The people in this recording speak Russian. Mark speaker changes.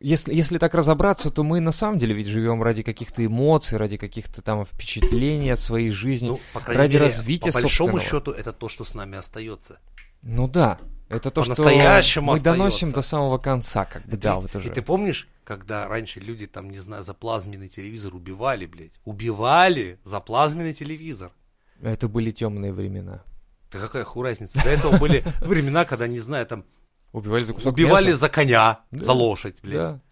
Speaker 1: Если, если так разобраться, то мы на самом деле ведь живем ради каких-то эмоций, ради каких-то там впечатлений от своей жизни,
Speaker 2: Ну, по крайней
Speaker 1: ради
Speaker 2: мере,
Speaker 1: развития
Speaker 2: по большому
Speaker 1: собственного.
Speaker 2: счету, это то, что с нами остается.
Speaker 1: Ну да, это то, что
Speaker 2: По-настоящему
Speaker 1: мы
Speaker 2: остается.
Speaker 1: доносим до самого конца, как бы,
Speaker 2: Это
Speaker 1: да,
Speaker 2: ведь-
Speaker 1: вот уже.
Speaker 2: И ты помнишь, когда раньше люди там, не знаю, за плазменный телевизор убивали, блядь? Убивали за плазменный телевизор.
Speaker 1: Это были темные времена.
Speaker 2: Да какая ху разница? До этого были времена, когда, не знаю, там
Speaker 1: Убивали за кусок
Speaker 2: убивали
Speaker 1: мяса.
Speaker 2: за коня,
Speaker 1: Да.
Speaker 2: за лошадь, блядь.
Speaker 1: Да.